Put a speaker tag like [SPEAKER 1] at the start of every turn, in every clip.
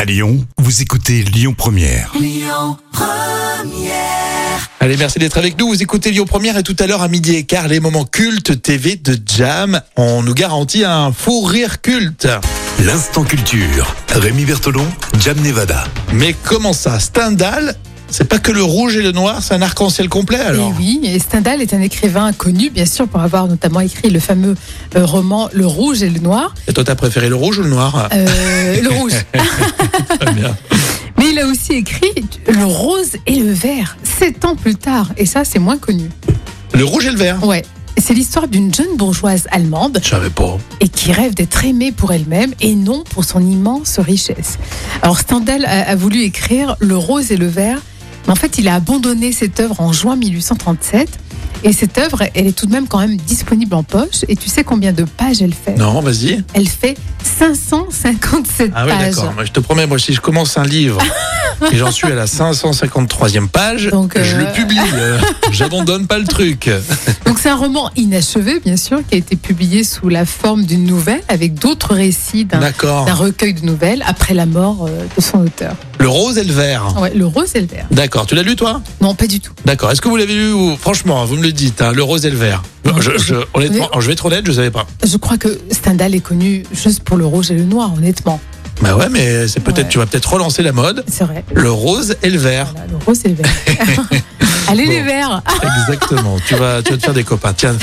[SPEAKER 1] À Lyon, vous écoutez Lyon Première.
[SPEAKER 2] Allez, merci d'être avec nous. Vous écoutez Lyon Première et tout à l'heure à midi et quart, les moments cultes TV de Jam. On nous garantit un fou rire culte.
[SPEAKER 1] L'instant culture. Rémi Bertolon, Jam Nevada.
[SPEAKER 2] Mais comment ça Stendhal, c'est pas que le rouge et le noir, c'est un arc-en-ciel complet alors
[SPEAKER 3] Et Eh oui, et Stendhal est un écrivain connu, bien sûr, pour avoir notamment écrit le fameux euh, roman Le Rouge et le Noir.
[SPEAKER 2] Et toi, t'as préféré le rouge ou le noir
[SPEAKER 3] Euh, le Rouge.
[SPEAKER 2] Très bien.
[SPEAKER 3] Mais il a aussi écrit Le Rose et le Vert, sept ans plus tard. Et ça, c'est moins connu.
[SPEAKER 2] Le rouge et le vert
[SPEAKER 3] Ouais. C'est l'histoire d'une jeune bourgeoise allemande
[SPEAKER 2] Je savais pas.
[SPEAKER 3] et qui rêve d'être aimée pour elle-même et non pour son immense richesse. Alors Stendhal a, a voulu écrire Le rose et le vert, mais en fait il a abandonné cette œuvre en juin 1837. Et cette œuvre, elle est tout de même quand même disponible en poche. Et tu sais combien de pages elle fait
[SPEAKER 2] Non, vas-y.
[SPEAKER 3] Elle fait 557
[SPEAKER 2] Ah oui,
[SPEAKER 3] pages.
[SPEAKER 2] d'accord. Moi, Je te promets, moi, si je commence un livre et j'en suis à la 553e page,
[SPEAKER 3] Donc, euh,
[SPEAKER 2] je le publie. euh, J'abandonne pas le truc.
[SPEAKER 3] Donc c'est un roman inachevé, bien sûr, qui a été publié sous la forme d'une nouvelle avec d'autres récits d'un
[SPEAKER 2] D'accord.
[SPEAKER 3] d'un recueil de nouvelles après la mort euh, de son auteur.
[SPEAKER 2] Le rose et le vert.
[SPEAKER 3] Ouais, le rose et le vert.
[SPEAKER 2] D'accord. Tu l'as lu, toi
[SPEAKER 3] Non, pas du tout.
[SPEAKER 2] D'accord. Est-ce que vous l'avez lu ou... Franchement, vous me le dites, hein, le rose et le vert. Non, je, je- honnêtement, je vais être honnête, je savais pas.
[SPEAKER 3] Je crois que Stendhal est connu juste pour le rouge et le noir, honnêtement.
[SPEAKER 2] Bah ouais, mais c'est peut-être,
[SPEAKER 3] Ouais.
[SPEAKER 2] tu vas peut-être relancer la mode.
[SPEAKER 3] C'est vrai.
[SPEAKER 2] Le rose et le vert.
[SPEAKER 3] Voilà, le rose et le vert. Allez les
[SPEAKER 2] Bon.
[SPEAKER 3] verts
[SPEAKER 2] Exactement. tu, vas, tu vas te faire des copains. Tiens.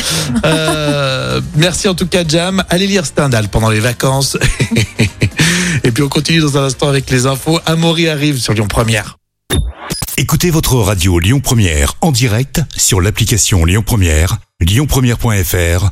[SPEAKER 2] Euh, merci en tout cas, Jam. Allez lire Stendhal pendant les vacances. et puis on continue dans un instant avec les infos. Amaury arrive sur Lyon Première.
[SPEAKER 1] Écoutez votre radio Lyon Première en direct sur l'application Lyon Première, lyonpremière.fr